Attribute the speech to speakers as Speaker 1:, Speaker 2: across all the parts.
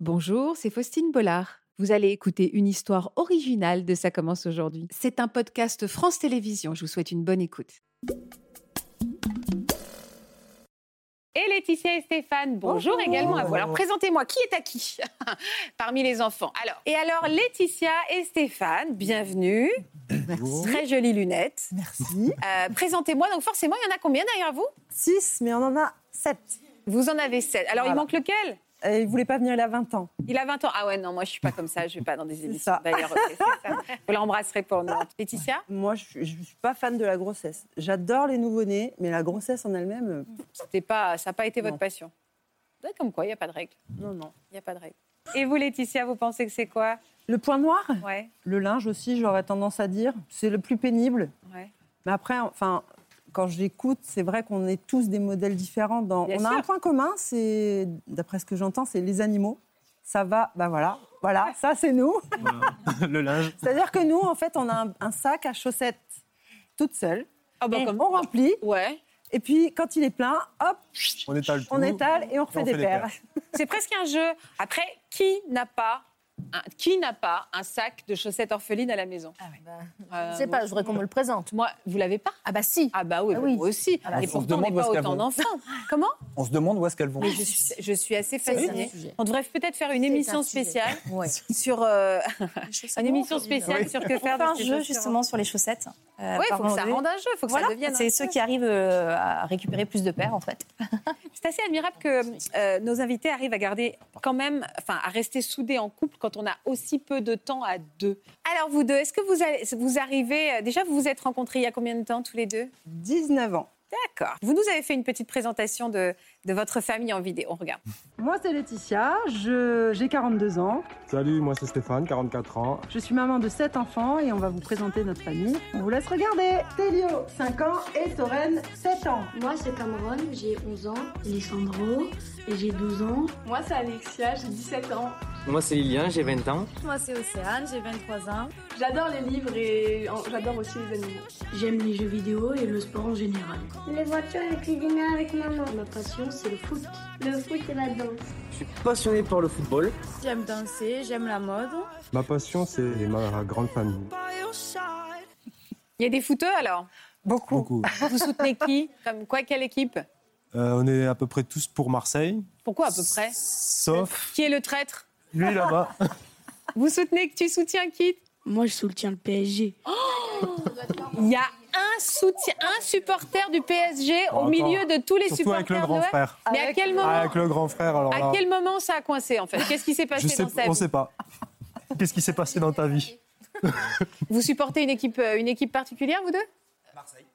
Speaker 1: Bonjour, c'est Faustine Bollard. Vous allez écouter une histoire originale de Ça commence aujourd'hui. C'est un podcast France Télévisions. Je vous souhaite une bonne écoute.
Speaker 2: Et Laetitia et Stéphane, bonjour,
Speaker 3: Bonjour.
Speaker 2: également à vous. Alors présentez-moi, qui est à qui parmi les enfants Alors, et alors Laetitia et Stéphane, bienvenue. Très jolies lunettes.
Speaker 3: Merci.
Speaker 2: Euh, présentez-moi, donc forcément, il y en a combien derrière vous
Speaker 3: 6, mais on en a 7.
Speaker 2: Vous en avez sept. Alors il
Speaker 3: Voilà.
Speaker 2: manque lequel
Speaker 3: il voulait pas venir, il a 20 ans.
Speaker 2: Il a 20 ans. Ah ouais, non, moi je suis pas comme ça, je vais pas dans des émissions.
Speaker 3: ça.
Speaker 2: D'ailleurs, ok, c'est ça. vous l'embrasserez pour nous. Laetitia
Speaker 3: Moi, je suis- je suis pas fan de la grossesse. J'adore les nouveau-nés, mais la grossesse en elle-même, euh,
Speaker 2: C'était pas, ça n'a pas été votre
Speaker 3: Non.
Speaker 2: passion. Ouais, Comme quoi, il n'y a pas de règle.
Speaker 3: non, non.
Speaker 2: Il n'y a pas de règle. Et vous, Laetitia, vous pensez que c'est quoi
Speaker 3: Le point noir,
Speaker 2: Ouais,
Speaker 3: le linge aussi, j'aurais tendance à dire, c'est le plus pénible.
Speaker 2: ouais.
Speaker 3: Mais après, enfin, quand j'écoute, c'est vrai qu'on est tous des modèles différents. Dans...
Speaker 2: Bien
Speaker 3: On a
Speaker 2: sûr.
Speaker 3: un point commun, c'est, d'après ce que j'entends, c'est les animaux. Ça va, ben voilà, voilà, ça c'est nous.
Speaker 4: le linge.
Speaker 3: C'est-à-dire que nous, en fait, on a un, un sac à chaussettes toute seule.
Speaker 2: Ah bah,
Speaker 3: Et
Speaker 2: comme-
Speaker 3: on remplit,
Speaker 2: Ouais.
Speaker 3: et puis quand il est plein, hop,
Speaker 4: On étale tout.
Speaker 3: on étale et on refait
Speaker 4: on
Speaker 3: des
Speaker 4: fait des
Speaker 3: paires.
Speaker 2: C'est presque un jeu. Après, qui n'a pas un, qui n'a pas un sac de chaussettes orphelines à la maison
Speaker 3: Ah
Speaker 2: Euh,
Speaker 5: Bah, Je sais pas, je voudrais qu'on me le présente.
Speaker 2: Moi, vous l'avez pas
Speaker 5: Ah bah si.
Speaker 2: Ah bah oui,
Speaker 5: Ah
Speaker 2: bah
Speaker 5: oui.
Speaker 2: moi aussi.
Speaker 5: Ah bah,
Speaker 2: Et
Speaker 5: on se
Speaker 2: pourtant, on
Speaker 4: demande
Speaker 2: n'est
Speaker 4: où est-ce
Speaker 2: pas
Speaker 4: qu'elles
Speaker 2: autant
Speaker 4: vont.
Speaker 2: d'enfants. Comment
Speaker 4: On se demande où est-ce qu'elles vont.
Speaker 2: je suis, je suis assez
Speaker 5: Ah. C'est un
Speaker 2: fascinée.
Speaker 5: sujet.
Speaker 2: On devrait peut-être faire une
Speaker 5: C'est
Speaker 2: émission
Speaker 5: un sujet.
Speaker 2: spéciale
Speaker 5: Ouais.
Speaker 2: sur euh, une émission
Speaker 5: orphelines.
Speaker 2: spéciale sur que
Speaker 6: On
Speaker 2: faire
Speaker 6: fait un
Speaker 2: de ces
Speaker 6: jeu
Speaker 2: chaussures.
Speaker 6: justement sur les chaussettes. euh,
Speaker 2: Oui, il
Speaker 6: par
Speaker 2: faut que ça
Speaker 6: rangée.
Speaker 2: rende un jeu, il faut que
Speaker 6: Voilà,
Speaker 2: ça devienne. un
Speaker 6: c'est ceux
Speaker 2: jeu.
Speaker 6: qui arrivent euh, à récupérer plus de paires en fait.
Speaker 2: C'est assez admirable que euh, nos invités arrivent à garder quand même, enfin, à rester soudés en couple quand on a aussi peu de temps à deux. Alors vous deux, est-ce que vous, allez- vous arrivez euh, déjà vous vous êtes rencontrés il y a combien de temps tous les deux
Speaker 3: 19 ans.
Speaker 2: D'accord. Vous nous avez fait une petite présentation de, de votre famille en vidéo. On regarde.
Speaker 3: Moi, c'est Laetitia, je- j'ai 42 ans,
Speaker 4: Salut, moi c'est Stéphane, 44 ans.
Speaker 3: je suis maman de 7 enfants et on va vous présenter notre famille. On vous laisse regarder. Télio, 5 ans et Toren, 7 ans.
Speaker 7: Moi, c'est Cameron, j'ai 11 ans. Alessandro, j'ai 12 ans. Moi, c'est Alexia, j'ai 17 ans.
Speaker 8: Moi, c'est Lilien, j'ai 20 ans.
Speaker 5: Moi c'est Océane, j'ai 23 ans.
Speaker 7: J'adore les livres et j'adore aussi les animaux. J'aime les jeux vidéo et le sport en général.
Speaker 9: Les voitures et cuisiner avec maman.
Speaker 7: Ma passion, c'est le foot.
Speaker 9: Le foot et la danse.
Speaker 8: Je suis passionné par le football.
Speaker 5: J'aime danser, j'aime la mode.
Speaker 4: Ma passion, c'est ma grande famille.
Speaker 2: Il y a des footeux alors.
Speaker 3: Beaucoup.
Speaker 4: Beaucoup.
Speaker 2: Vous soutenez qui Comme quoi quelle équipe
Speaker 4: Euh, on est à peu près tous pour Marseille.
Speaker 2: Pourquoi à peu près
Speaker 4: Sauf
Speaker 2: Qui est le traître
Speaker 4: lui là-bas.
Speaker 2: Vous soutenez que tu soutiens qui
Speaker 9: Moi, je soutiens le PSG.
Speaker 2: Il y a un soutien, un supporter du PSG au
Speaker 4: Encore.
Speaker 2: milieu de tous les
Speaker 4: Surtout avec le
Speaker 2: supporters.
Speaker 4: grand
Speaker 2: de
Speaker 4: frère.
Speaker 2: Mais à
Speaker 3: Avec
Speaker 2: quel
Speaker 3: le-
Speaker 2: moment
Speaker 4: Ah, avec le grand frère, alors
Speaker 2: À
Speaker 4: là.
Speaker 2: quel moment ça a coincé en fait Qu'est-ce qui s'est
Speaker 4: Je
Speaker 2: passé
Speaker 4: sais,
Speaker 2: dans sa
Speaker 4: on
Speaker 2: vie
Speaker 4: sait pas. Qu'est-ce qui s'est passé dans ta vie
Speaker 2: Vous supportez une équipe, euh, une équipe particulière, vous deux Marseille.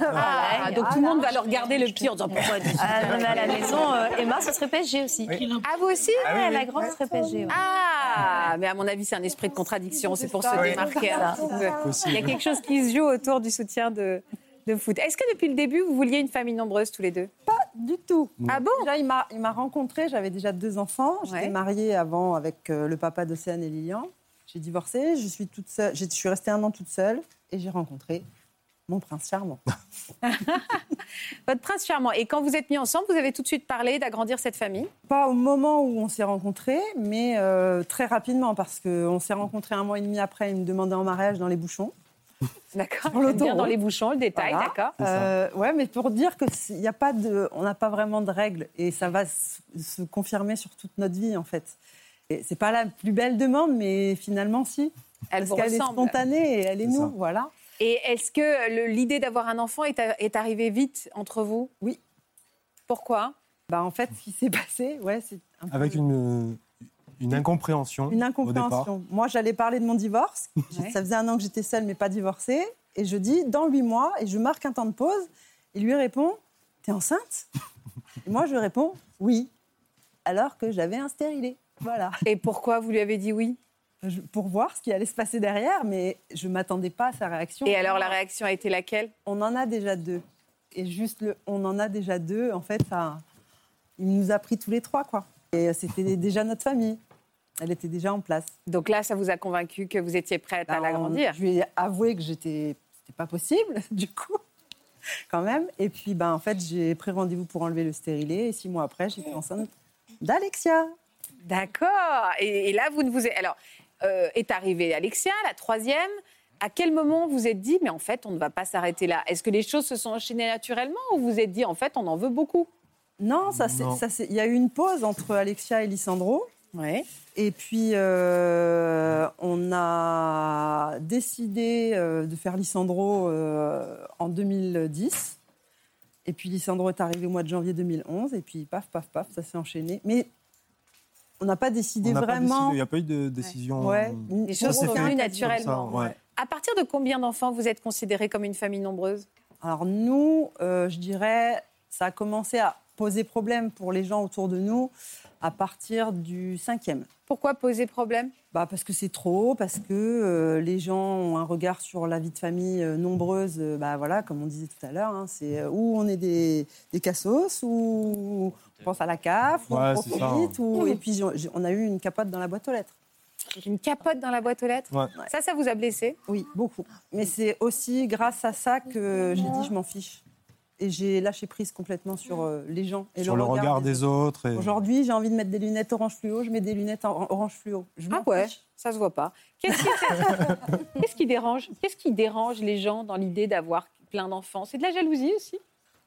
Speaker 2: Ah,
Speaker 6: Pareil.
Speaker 2: donc tout le monde va leur regarder le pied en disant pourquoi elle dit ça
Speaker 9: Euh,
Speaker 6: Ah, non, mais à la maison, euh, Emma, ce serait PSG aussi.
Speaker 2: Ah, vous aussi
Speaker 6: Ouais, La grande serait PSG. ouais.
Speaker 2: Ah, mais à mon avis, c'est un esprit de contradiction, c'est pour se démarquer. hein. un petit peu. Il y a
Speaker 4: Possible.
Speaker 2: quelque chose qui se joue autour du soutien de, de foot. Est-ce que depuis le début, vous vouliez une famille nombreuse tous les deux
Speaker 3: Du tout.
Speaker 4: Mmh.
Speaker 2: Ah bon
Speaker 3: Déjà, il m'a il m'a rencontrée, j'avais déjà deux enfants. J'étais
Speaker 2: Ouais.
Speaker 3: mariée avant avec euh, le papa d'Océane et Lilian. J'ai divorcé, je suis, toute seule, j'ai- je suis restée un an toute seule et j'ai rencontré mon prince charmant.
Speaker 2: Votre prince charmant. Et quand vous êtes mis ensemble, vous avez tout de suite parlé d'agrandir cette famille.
Speaker 3: Pas au moment où on s'est rencontrés, mais euh, très rapidement, parce qu'on s'est rencontrés un mois et demi après, il me demandait en mariage dans les bouchons.
Speaker 2: D'accord.
Speaker 3: Sur
Speaker 2: J'aime bien
Speaker 3: l'autoroute.
Speaker 2: dans les bouchons, le détail,
Speaker 3: Voilà.
Speaker 2: d'accord.
Speaker 4: C'est ça.
Speaker 3: Euh, ouais, mais pour dire que c'est- il y a pas de, on n'a pas vraiment de règles et ça va se, se confirmer sur toute notre vie en fait. Et c'est pas la plus belle demande, mais finalement si,
Speaker 2: Elle vous
Speaker 3: parce qu'elle est
Speaker 2: ressemble.
Speaker 3: spontanée et elle est,
Speaker 4: C'est
Speaker 3: nous,
Speaker 4: ça.
Speaker 3: voilà.
Speaker 2: Et est-ce que le- l'idée d'avoir un enfant est, a- est arrivée vite entre vous
Speaker 3: Oui.
Speaker 2: Pourquoi
Speaker 3: Bah en fait, ce qui s'est passé, ouais, c'est un peu
Speaker 4: Avec une, une incompréhension.
Speaker 3: une
Speaker 4: Au départ.
Speaker 3: incompréhension. Moi, j'allais parler de mon divorce.
Speaker 2: Ouais.
Speaker 3: Ça faisait un an que j'étais seule, mais pas divorcée. Et je dis dans huit mois, et je marque un temps de pause. Il lui répond, t'es enceinte Et moi, je réponds, oui, alors que j'avais un stérilé. Voilà.
Speaker 2: Et pourquoi vous lui avez dit oui
Speaker 3: je- pour voir ce qui allait se passer derrière, mais je ne m'attendais pas à sa réaction.
Speaker 2: Et alors la réaction a été laquelle
Speaker 3: On en a déjà deux. Et juste le on en a déjà deux, en fait, ça, il nous a pris tous les trois, quoi. Et c'était déjà notre famille. Elle était déjà en place.
Speaker 2: Donc là, ça vous a convaincu que vous étiez prête à
Speaker 3: Ben, on-
Speaker 2: l'agrandir.
Speaker 3: Je lui ai avoué que j'étais, c'était pas possible, du coup, quand même. Et puis, ben, en fait, j'ai pris rendez-vous pour enlever le stérilet. Et six mois après, j'étais enceinte d'Alexia.
Speaker 2: D'accord. Et, et là, vous ne vous êtes. Alors, euh, est arrivée Alexia, la troisième. À quel moment vous êtes dit, mais en fait, on ne va pas s'arrêter là Est-ce que les choses se sont enchaînées naturellement ou vous êtes dit, en fait, on en veut beaucoup
Speaker 3: Non, ça, c'est-
Speaker 4: Non.
Speaker 3: ça, c'est- il y a eu une pause entre Alexia et Lisandro.
Speaker 2: Oui.
Speaker 3: Et puis, euh, on a décidé euh, de faire Lissandro euh, en 2010. Et puis, Lissandro est arrivé au mois de janvier 2011. Et puis, paf, paf, paf, ça s'est enchaîné. Mais on n'a pas décidé
Speaker 4: On n'a pas décidé,
Speaker 3: vraiment.
Speaker 4: Il n'y a pas eu de décision.
Speaker 3: Ouais.
Speaker 4: euh,
Speaker 2: Les
Speaker 4: Ça
Speaker 2: choses
Speaker 4: s'est
Speaker 2: sont
Speaker 4: fait
Speaker 2: venues
Speaker 4: comme
Speaker 2: naturellement.
Speaker 4: ça, ouais.
Speaker 2: À partir de combien d'enfants vous êtes considérés comme une famille nombreuse
Speaker 3: Alors, nous, euh, je dirais, ça a commencé à poser problème pour les gens autour de nous à partir du cinquième.
Speaker 2: Pourquoi poser problème
Speaker 3: Bah parce que c'est trop, parce que euh, les gens ont un regard sur la vie de famille euh, nombreuse, euh, bah voilà, comme on disait tout à l'heure, hein, c'est euh, ou on est des, des cassos, ou on pense à la CAF, ou
Speaker 4: Ouais,
Speaker 3: on
Speaker 4: c'est ça, hein.
Speaker 3: profite, ou et puis j'ai- j'ai- on a eu une capote dans la boîte aux lettres.
Speaker 2: Une capote dans la boîte aux lettres
Speaker 4: Ouais.
Speaker 2: Ça, ça vous a blessé
Speaker 3: Oui, beaucoup. Mais c'est aussi grâce à ça que j'ai dit je m'en fiche. Et j'ai lâché prise complètement sur euh, les gens et
Speaker 4: Sur le regard
Speaker 3: des
Speaker 4: des autres. et-
Speaker 3: Aujourd'hui, j'ai envie de mettre des lunettes orange fluo, je mets des lunettes en- orange fluo. Je
Speaker 2: Ah
Speaker 3: m'en
Speaker 2: ouais,
Speaker 3: fiche.
Speaker 2: ça se voit pas. Qu'est-ce qui, Qu'est-ce qui dérange Qu'est-ce qui dérange les gens dans l'idée d'avoir plein d'enfants C'est de la jalousie aussi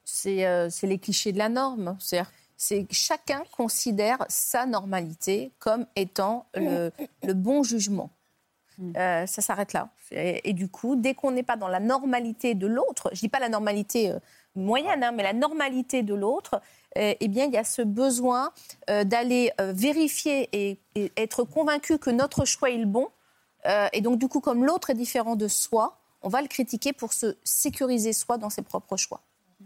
Speaker 10: c'est euh, c'est les clichés de la norme. hein. C'est-à-dire, c'est que chacun considère sa normalité comme étant le, le bon jugement. Euh, ça s'arrête là. Et, et du coup, dès qu'on n'est pas dans la normalité de l'autre, je dis pas la normalité euh, moyenne, hein, mais la normalité de l'autre, euh, eh bien, il y a ce besoin euh, d'aller euh, vérifier et, et être convaincu que notre choix est le bon. Euh, et donc, du coup, comme l'autre est différent de soi, on va le critiquer pour se sécuriser soi dans ses propres choix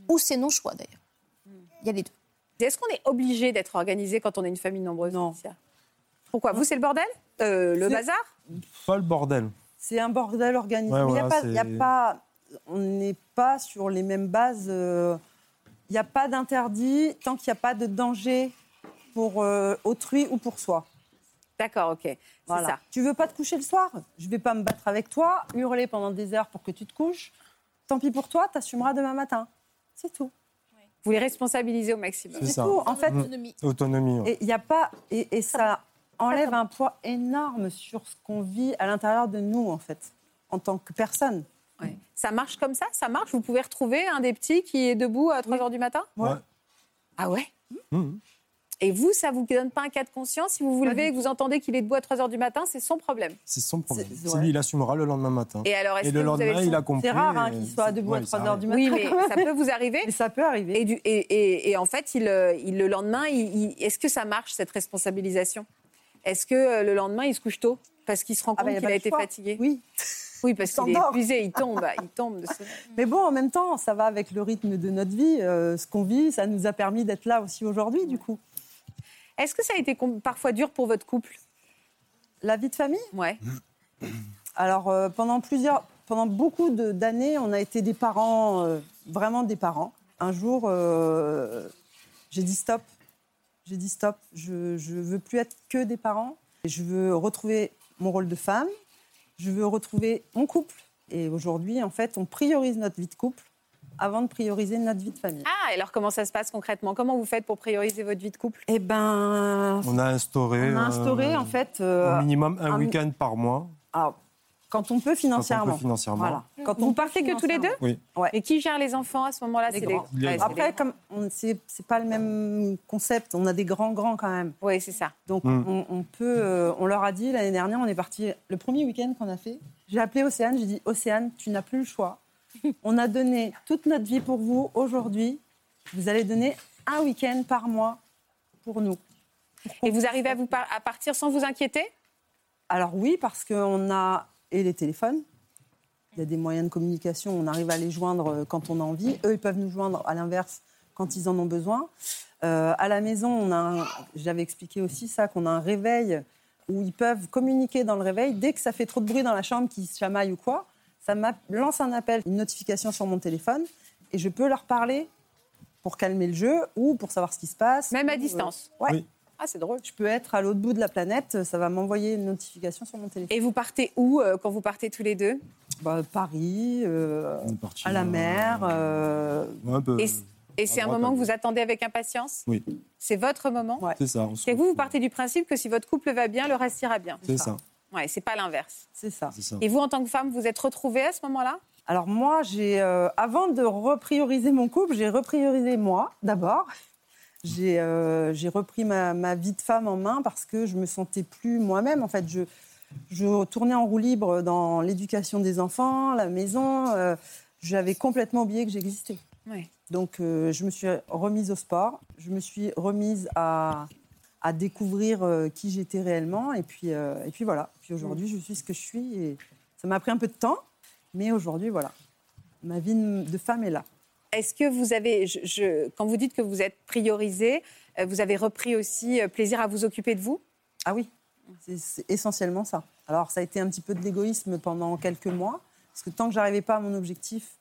Speaker 10: ou c'est non-choix d'ailleurs. Il y a les deux.
Speaker 2: Est-ce qu'on est obligé d'être organisé quand on est une famille nombreuse Non. Pourquoi Vous, c'est le bordel Euh, Le
Speaker 3: C'est-
Speaker 2: bazar
Speaker 4: Pas le bordel.
Speaker 3: C'est un bordel organisé.
Speaker 4: Ouais,
Speaker 3: Mais il y a
Speaker 4: voilà,
Speaker 3: pas- il y a
Speaker 4: c'est-
Speaker 3: pas, on n'est pas sur les mêmes bases. euh, Il n'y a pas d'interdit tant qu'il n'y a pas de danger pour euh, autrui ou pour soi.
Speaker 2: D'accord, ok. C'est
Speaker 3: Voilà.
Speaker 2: ça.
Speaker 3: Tu veux pas te coucher le soir Je vais pas me battre avec toi, hurler pendant des heures pour que tu te couches. Tant pis pour toi, t'assumeras demain matin. C'est tout.
Speaker 2: Vous les responsabilisez au maximum.
Speaker 4: C'est
Speaker 3: C'est
Speaker 4: ça.
Speaker 3: tout. En fait,
Speaker 4: Autonomie. ouais.
Speaker 3: Et il y a pas et, et ça enlève un poids énorme sur ce qu'on vit à l'intérieur de nous en fait, en tant que personne.
Speaker 2: Ouais. Ça marche comme ça Ça marche Vous pouvez retrouver un des petits qui est debout à 3 h du matin
Speaker 4: Ouais.
Speaker 2: Ah ouais
Speaker 4: Mhm.
Speaker 2: Et vous, ça vous donne pas un cas de conscience Si vous vous levez et que vous entendez qu'il est debout à 3 h du matin, c'est son problème.
Speaker 4: C'est son problème.
Speaker 3: C'est-
Speaker 4: C'est lui, il assumera le lendemain matin.
Speaker 2: Et alors, est-ce
Speaker 4: Et
Speaker 2: que
Speaker 4: le
Speaker 2: vous avez
Speaker 4: lendemain,
Speaker 2: le
Speaker 4: il a compris.
Speaker 3: C'est rare hein,
Speaker 4: et-
Speaker 3: qu'il soit debout
Speaker 4: Ouais,
Speaker 3: à
Speaker 4: ça
Speaker 3: 3h du matin.
Speaker 2: Oui, mais ça peut vous arriver.
Speaker 3: Mais ça peut arriver.
Speaker 2: Et, du- et, et- et en fait, il, euh, il- le lendemain, il- il- est-ce que ça marche, cette responsabilisation Est-ce que euh, le lendemain, il se couche tôt Parce qu'il se rend
Speaker 3: Ah
Speaker 2: compte
Speaker 3: bah, y
Speaker 2: qu'il
Speaker 3: pas
Speaker 2: a
Speaker 3: le
Speaker 2: été
Speaker 3: choix.
Speaker 2: fatigué
Speaker 3: Oui,
Speaker 2: Oui, parce qu'il est
Speaker 3: s'endort.
Speaker 2: épuisé, il tombe, il tombe de sommeil.
Speaker 3: mais bon, en même temps, ça va avec le rythme de notre vie. euh, ce qu'on vit, ça nous a permis d'être là aussi aujourd'hui, du coup.
Speaker 2: Est-ce que ça a été com- parfois dur pour votre couple
Speaker 3: La vie de famille.
Speaker 2: Ouais.
Speaker 4: Mmh.
Speaker 3: Alors, euh, pendant plusieurs, pendant beaucoup de- d'années, on a été des parents, euh, vraiment des parents. Un jour, euh, j'ai dit stop. J'ai dit stop. Je, je veux plus être que des parents. Et Je veux retrouver mon rôle de femme. Je veux retrouver mon couple. Et aujourd'hui, en fait, on priorise notre vie de couple avant de prioriser notre vie de famille.
Speaker 2: Ah, alors comment ça se passe concrètement Comment vous faites pour prioriser votre vie de couple
Speaker 3: Eh ben,
Speaker 4: On a instauré.
Speaker 3: on a instauré
Speaker 4: euh,
Speaker 3: en fait. euh,
Speaker 4: Au minimum un
Speaker 3: un-
Speaker 4: week-end par mois.
Speaker 3: alors, quand on peut
Speaker 4: quand on peut
Speaker 3: financièrement.
Speaker 4: financièrement.
Speaker 3: Voilà. Quand Mm. on
Speaker 2: Vous
Speaker 3: peut
Speaker 2: partez que tous les deux
Speaker 4: Oui.
Speaker 3: Ouais.
Speaker 2: Et qui gère les enfants à ce moment-là
Speaker 3: Les
Speaker 2: C'est les-
Speaker 3: grands.
Speaker 4: Les
Speaker 2: ouais, c'est
Speaker 4: grands.
Speaker 2: les-
Speaker 3: Après, comme on- c'est c'est pas le même concept, on a des grands grands quand même.
Speaker 2: Oui, c'est ça.
Speaker 3: Donc
Speaker 4: Mm.
Speaker 3: on, on peut, euh, on leur a dit l'année dernière, on est parti le premier week-end qu'on a fait. J'ai appelé Océane, j'ai dit Océane, tu n'as plus le choix. On a donné toute notre vie pour vous aujourd'hui. Vous allez donner un week-end par mois pour nous.
Speaker 2: Et vous arrivez à, vous par- à partir sans vous inquiéter
Speaker 3: Alors oui, parce qu'on a et les téléphones. Il y a des moyens de communication, on arrive à les joindre euh, quand on a envie. Eux, ils peuvent nous joindre à l'inverse quand ils en ont besoin. Euh, à la maison, on a un- j'avais expliqué aussi ça, qu'on a un réveil où ils peuvent communiquer dans le réveil. Dès que ça fait trop de bruit dans la chambre, qu'ils se chamaillent ou quoi, ça m'a- lance un appel, une notification sur mon téléphone et je peux leur parler pour calmer le jeu ou pour savoir ce qui se passe.
Speaker 2: Même
Speaker 3: ou,
Speaker 2: à
Speaker 3: euh,
Speaker 2: distance
Speaker 3: ouais.
Speaker 4: Oui.
Speaker 2: Ah, c'est drôle.
Speaker 3: Je peux être à l'autre bout de la planète, ça va m'envoyer une notification sur mon téléphone.
Speaker 2: Et vous partez où euh, quand vous partez tous les deux
Speaker 3: Bah, Paris, euh,
Speaker 4: On est parti,
Speaker 3: à la
Speaker 4: euh,
Speaker 3: mer. euh,
Speaker 4: ouais, un peu.
Speaker 2: Et- Et c'est un
Speaker 4: droite,
Speaker 2: moment
Speaker 4: à
Speaker 2: que
Speaker 4: gauche.
Speaker 2: vous attendez avec impatience
Speaker 4: Oui,
Speaker 2: C'est votre moment
Speaker 4: c'est ça. on se
Speaker 2: C'est que vous, vous partez du principe que si votre couple va bien, le reste ira bien.
Speaker 4: C'est ça.
Speaker 2: Ouais, c'est pas l'inverse.
Speaker 3: C'est ça.
Speaker 4: C'est ça.
Speaker 2: Et vous, en tant que femme, vous êtes retrouvée à ce moment-là
Speaker 3: Alors moi, j'ai euh, avant de reprioriser mon couple, j'ai repriorisé moi d'abord. J'ai euh, j'ai repris ma, ma vie de femme en main parce que je me sentais plus moi-même. En fait, je, je tournais en roue libre dans l'éducation des enfants, la maison. euh, J'avais complètement oublié que j'existais.
Speaker 2: Oui.
Speaker 3: Donc euh, je me suis remise au sport, je me suis remise à, à découvrir euh, qui j'étais réellement. Et puis, euh, et puis voilà. Puis aujourd'hui, je suis ce que je suis. Et ça m'a pris un peu de temps, mais aujourd'hui, voilà. Ma vie de femme est là.
Speaker 2: Est-ce que vous avez, je- je- quand vous dites que vous êtes priorisée, euh, vous avez repris aussi euh, plaisir à vous occuper de vous
Speaker 3: Ah oui, c'est- c'est essentiellement ça. Alors ça a été un petit peu de l'égoïsme pendant quelques mois, parce que tant que j'arrivais pas à mon objectif,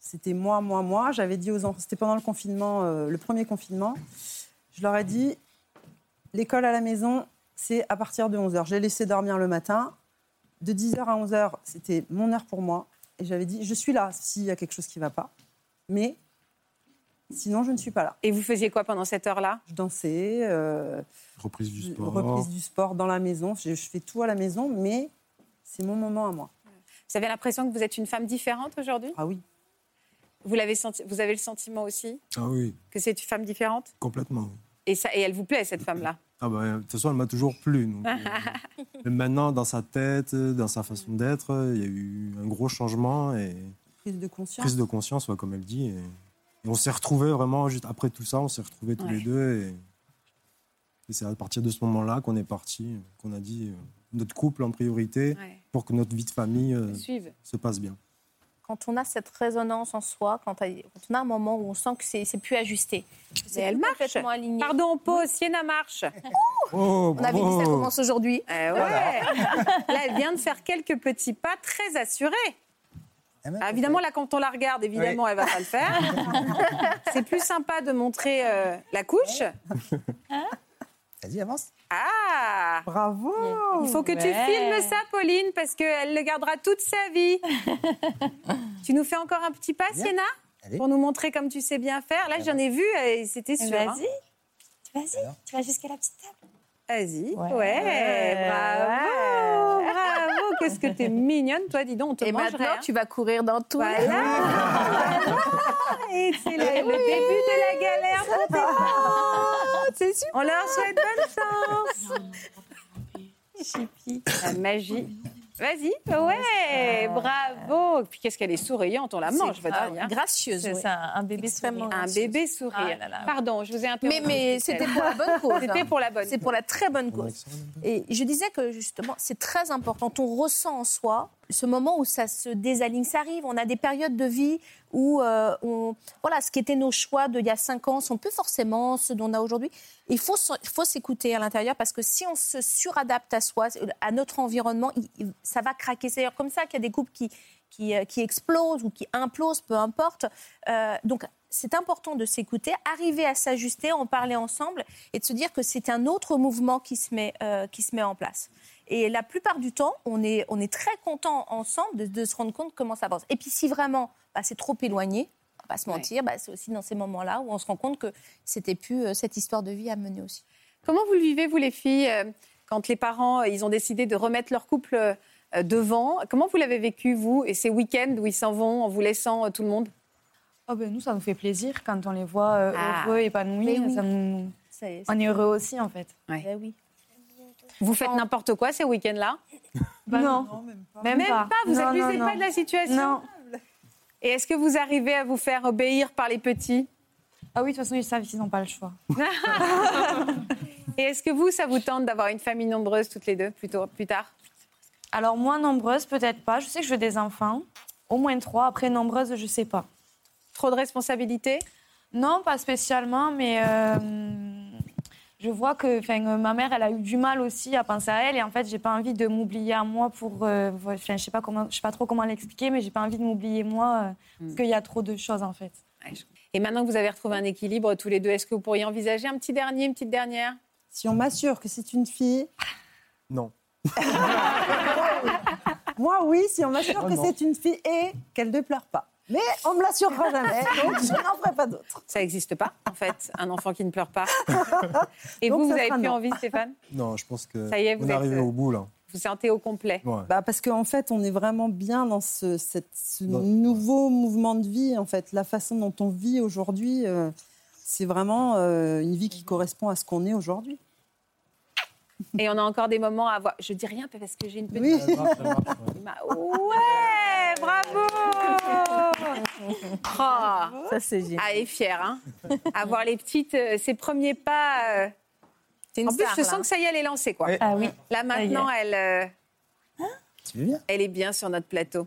Speaker 3: c'était moi, moi, moi. J'avais dit aux enfants, c'était pendant le confinement, euh, le premier confinement, je leur ai dit, l'école à la maison, c'est à partir de 11h. J'ai laissé dormir le matin. De 10h à 11h, c'était mon heure pour moi. Et j'avais dit, je suis là s'il y a quelque chose qui ne va pas. Mais sinon, je ne suis pas là.
Speaker 2: Et vous faisiez quoi pendant cette heure-là
Speaker 3: Je dansais. euh,
Speaker 4: Reprise du sport.
Speaker 3: reprise du sport dans la maison. Je, je fais tout à la maison, mais c'est mon moment à moi.
Speaker 2: Vous avez l'impression que vous êtes une femme différente aujourd'hui
Speaker 3: Ah oui.
Speaker 2: Vous l'avez senti, vous avez le sentiment aussi
Speaker 4: Ah oui,
Speaker 2: que c'est une femme différente
Speaker 4: complètement. oui.
Speaker 2: et, ça, et elle vous plaît cette femme-là
Speaker 4: Ah bah, de toute façon, elle m'a toujours plu. donc, euh, mais maintenant, dans sa tête, euh, dans sa façon d'être, euh, il y a eu un gros changement et
Speaker 3: Prise de conscience.
Speaker 4: prise de conscience, ouais, comme elle dit. Et, et on s'est retrouvés vraiment, juste après tout ça, on s'est retrouvés tous
Speaker 2: Ouais.
Speaker 4: les deux. Et, et c'est à partir de ce moment-là qu'on est parti, qu'on a dit euh, notre couple en priorité
Speaker 2: Ouais.
Speaker 4: pour que notre vie de famille euh,
Speaker 2: Suivez.
Speaker 4: se passe bien.
Speaker 10: Quand on a cette résonance en soi, quand, t'as- quand on a un moment où on sent que c'est c'est plus ajusté, que c'est
Speaker 2: Mais elle
Speaker 10: plus
Speaker 2: marche.
Speaker 10: complètement aligné.
Speaker 2: Pardon, pause, Sienna marche.
Speaker 4: Oh,
Speaker 10: On avait dit
Speaker 4: bravo
Speaker 10: ça commence aujourd'hui.
Speaker 2: Eh ouais. Là, elle vient de faire quelques petits pas très assurés. Ah, évidemment, là, quand on la regarde, évidemment, elle va pas le faire. C'est plus sympa de montrer euh, la couche.
Speaker 11: Vas-y, avance.
Speaker 2: Ah
Speaker 3: Bravo
Speaker 2: Il faut que tu
Speaker 6: Ouais.
Speaker 2: filmes ça, Pauline, parce qu'elle le gardera toute sa vie. tu nous fais encore un petit pas,
Speaker 11: Bien.
Speaker 2: Sienna
Speaker 11: Allez. Eh
Speaker 2: Pour nous montrer comme tu sais bien faire. Là, j'en ai vu et c'était sûr.
Speaker 11: ben,
Speaker 2: hein.
Speaker 6: Vas-y. Vas-y,
Speaker 11: Alors
Speaker 6: tu vas jusqu'à la petite table.
Speaker 2: Vas-y. Ouais,
Speaker 6: Ouais.
Speaker 2: bravo Bravo Qu'est-ce que t'es mignonne, toi, dis donc, on te
Speaker 10: Et
Speaker 2: mangerait,
Speaker 10: maintenant,
Speaker 2: hein.
Speaker 10: tu vas courir dans tout.
Speaker 2: Voilà, Et c'est le, le début de la galère pour tes
Speaker 10: Ah,
Speaker 2: parents. On leur souhaite bonne chance. La magie. Vas-y. Ouais, bravo. Puis qu'est-ce qu'elle est souriante, on la mange,
Speaker 6: C'est
Speaker 2: votre
Speaker 5: ah,
Speaker 6: grave.
Speaker 2: amie, hein.
Speaker 10: Gracieuse.
Speaker 6: Ah, C'est
Speaker 10: oui.
Speaker 6: ça, un bébé
Speaker 10: Extrêmement
Speaker 6: sourire.
Speaker 2: Un bébé sourire.
Speaker 6: Ah là là.
Speaker 2: Pardon, je vous ai
Speaker 10: Mais,
Speaker 2: interrompu.
Speaker 10: mais c'était pour la bonne cause.
Speaker 2: C'était
Speaker 10: hein.
Speaker 2: pour la bonne.
Speaker 10: C'est pour la très bonne
Speaker 4: Bon,
Speaker 10: cause.
Speaker 4: Alexandre, un peu
Speaker 10: Mm-hmm. Et je disais que justement, c'est très important. On ressent en soi ce moment où ça se désaligne, ça arrive. On a des périodes de vie où, euh, on, voilà, ce qui était nos choix d'il y a cinq ans sont plus forcément ceux dont on a aujourd'hui. Il faut, se- il faut s'écouter à l'intérieur parce que si on se suradapte à soi, à notre environnement, il- il- ça va craquer. C'est d'ailleurs comme ça qu'il y a des couples qui, qui, euh, qui explosent ou qui implosent, peu importe. Euh, donc, c'est important de s'écouter, arriver à s'ajuster, en parler ensemble et de se dire que c'est un autre mouvement qui se met, euh, qui se met en place. Et la plupart du temps, on est, on est très content ensemble de, de se rendre compte comment ça avance. Et puis si vraiment bah, c'est trop éloigné, on va pas se
Speaker 2: Ouais.
Speaker 10: mentir, bah, c'est aussi dans ces moments-là où on se rend compte que c'était plus euh, cette histoire de vie à mener aussi.
Speaker 2: Comment vous le vivez, vous, les filles, euh, quand les parents, euh, ils ont décidé de remettre leur couple euh, devant Comment vous l'avez vécu, vous, et ces week-ends où ils s'en vont en vous laissant euh, tout le monde
Speaker 5: Oh ben nous, ça nous fait plaisir quand on les voit euh,
Speaker 2: Ah.
Speaker 5: heureux,
Speaker 10: Mais
Speaker 5: épanouis.
Speaker 10: oui.
Speaker 5: ça nous-
Speaker 10: C'est-
Speaker 5: On est heureux aussi, en fait.
Speaker 10: Bah oui.
Speaker 2: Vous faites n'importe quoi ces week-ends-là
Speaker 5: Bah non.
Speaker 3: même pas.
Speaker 5: même,
Speaker 2: Même pas, vous
Speaker 5: Non,
Speaker 2: abusez
Speaker 5: non,
Speaker 2: pas
Speaker 5: non.
Speaker 2: de la situation
Speaker 5: Non.
Speaker 2: Et est-ce que vous arrivez à vous faire obéir par les petits
Speaker 5: Ah oui, de toute façon, ils savent qu'ils n'ont pas le choix.
Speaker 2: Et est-ce que vous, ça vous tente d'avoir une famille nombreuse toutes les deux plus, tôt- plus tard
Speaker 5: Alors, moins nombreuses, peut-être pas. Je sais que je veux des enfants. Au moins trois. Après, nombreuses, je sais pas.
Speaker 2: Trop de responsabilités
Speaker 5: Non, pas spécialement, mais euh, je vois que enfin, euh, ma mère, elle a eu du mal aussi à penser à elle. Et en fait, j'ai pas envie de m'oublier à moi pour. euh, voilà, enfin, je sais pas comment, je sais pas trop comment l'expliquer, mais j'ai pas envie de m'oublier moi euh, parce qu'il y a trop de choses en fait.
Speaker 2: Et maintenant que vous avez retrouvé un équilibre tous les deux, est-ce que vous pourriez envisager un petit dernier, une petite dernière
Speaker 3: Si on m'assure que c'est une fille,
Speaker 4: Non.
Speaker 3: moi oui, si on m'assure
Speaker 4: Oh
Speaker 3: que
Speaker 4: non. Oh
Speaker 3: c'est une fille et qu'elle ne pleure pas. Mais on me l'assurera jamais, donc je n'en ferai pas d'autres.
Speaker 2: Ça n'existe pas, en fait, un enfant qui ne pleure pas. Et
Speaker 3: Donc,
Speaker 2: vous, vous
Speaker 3: ça
Speaker 2: avez
Speaker 3: sera
Speaker 2: plus
Speaker 3: non.
Speaker 2: envie, Stéphane
Speaker 4: Non, je pense que
Speaker 2: Ça y est, vous
Speaker 4: on est
Speaker 2: êtes,
Speaker 4: arrivé
Speaker 2: euh,
Speaker 4: au bout là.
Speaker 2: Vous sentez au complet
Speaker 4: Ouais.
Speaker 3: Bah, parce qu'en fait, on est vraiment bien dans ce, cette- ce
Speaker 4: Dans-
Speaker 3: nouveau mouvement de vie. En fait, la façon dont on vit aujourd'hui, euh, c'est vraiment euh, une vie qui correspond à ce qu'on est aujourd'hui.
Speaker 2: Et on a encore des moments à avoir. Je dis rien parce que j'ai une petite.
Speaker 3: Oui.
Speaker 2: Il m'a- Ouais, bravo Ça, c'est génial. Ah, elle est fière, hein Avoir les petites, euh, ses premiers pas. euh. en plus,
Speaker 10: star,
Speaker 2: je
Speaker 10: là.
Speaker 2: sens que ça y est, elle est lancée, quoi.
Speaker 10: Ah oui.
Speaker 2: Là,
Speaker 10: y est.
Speaker 2: maintenant, elle, euh,
Speaker 11: Tu veux bien
Speaker 2: elle est bien sur notre plateau.